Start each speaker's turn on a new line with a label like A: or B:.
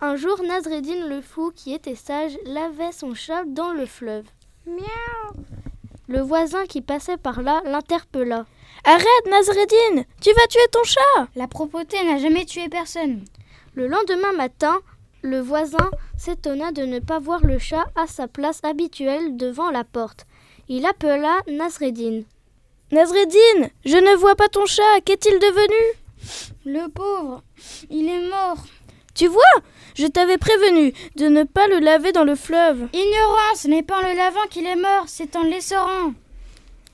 A: Un jour, Nazreddin le fou, qui était sage, lavait son chat dans le fleuve.
B: Miaou
A: Le voisin qui passait par là l'interpella.
C: Arrête, Nazreddin Tu vas tuer ton chat
B: La propreté n'a jamais tué personne.
A: Le lendemain matin, le voisin s'étonna de ne pas voir le chat à sa place habituelle devant la porte. Il appela Nazreddin.
C: Nazreddin Je ne vois pas ton chat Qu'est-il devenu
B: Le pauvre, il est mort.
C: Tu vois Je t'avais prévenu de ne pas le laver dans le fleuve.
B: Ignorance, ce n'est pas en le lavant qu'il est mort, c'est en l'essorant.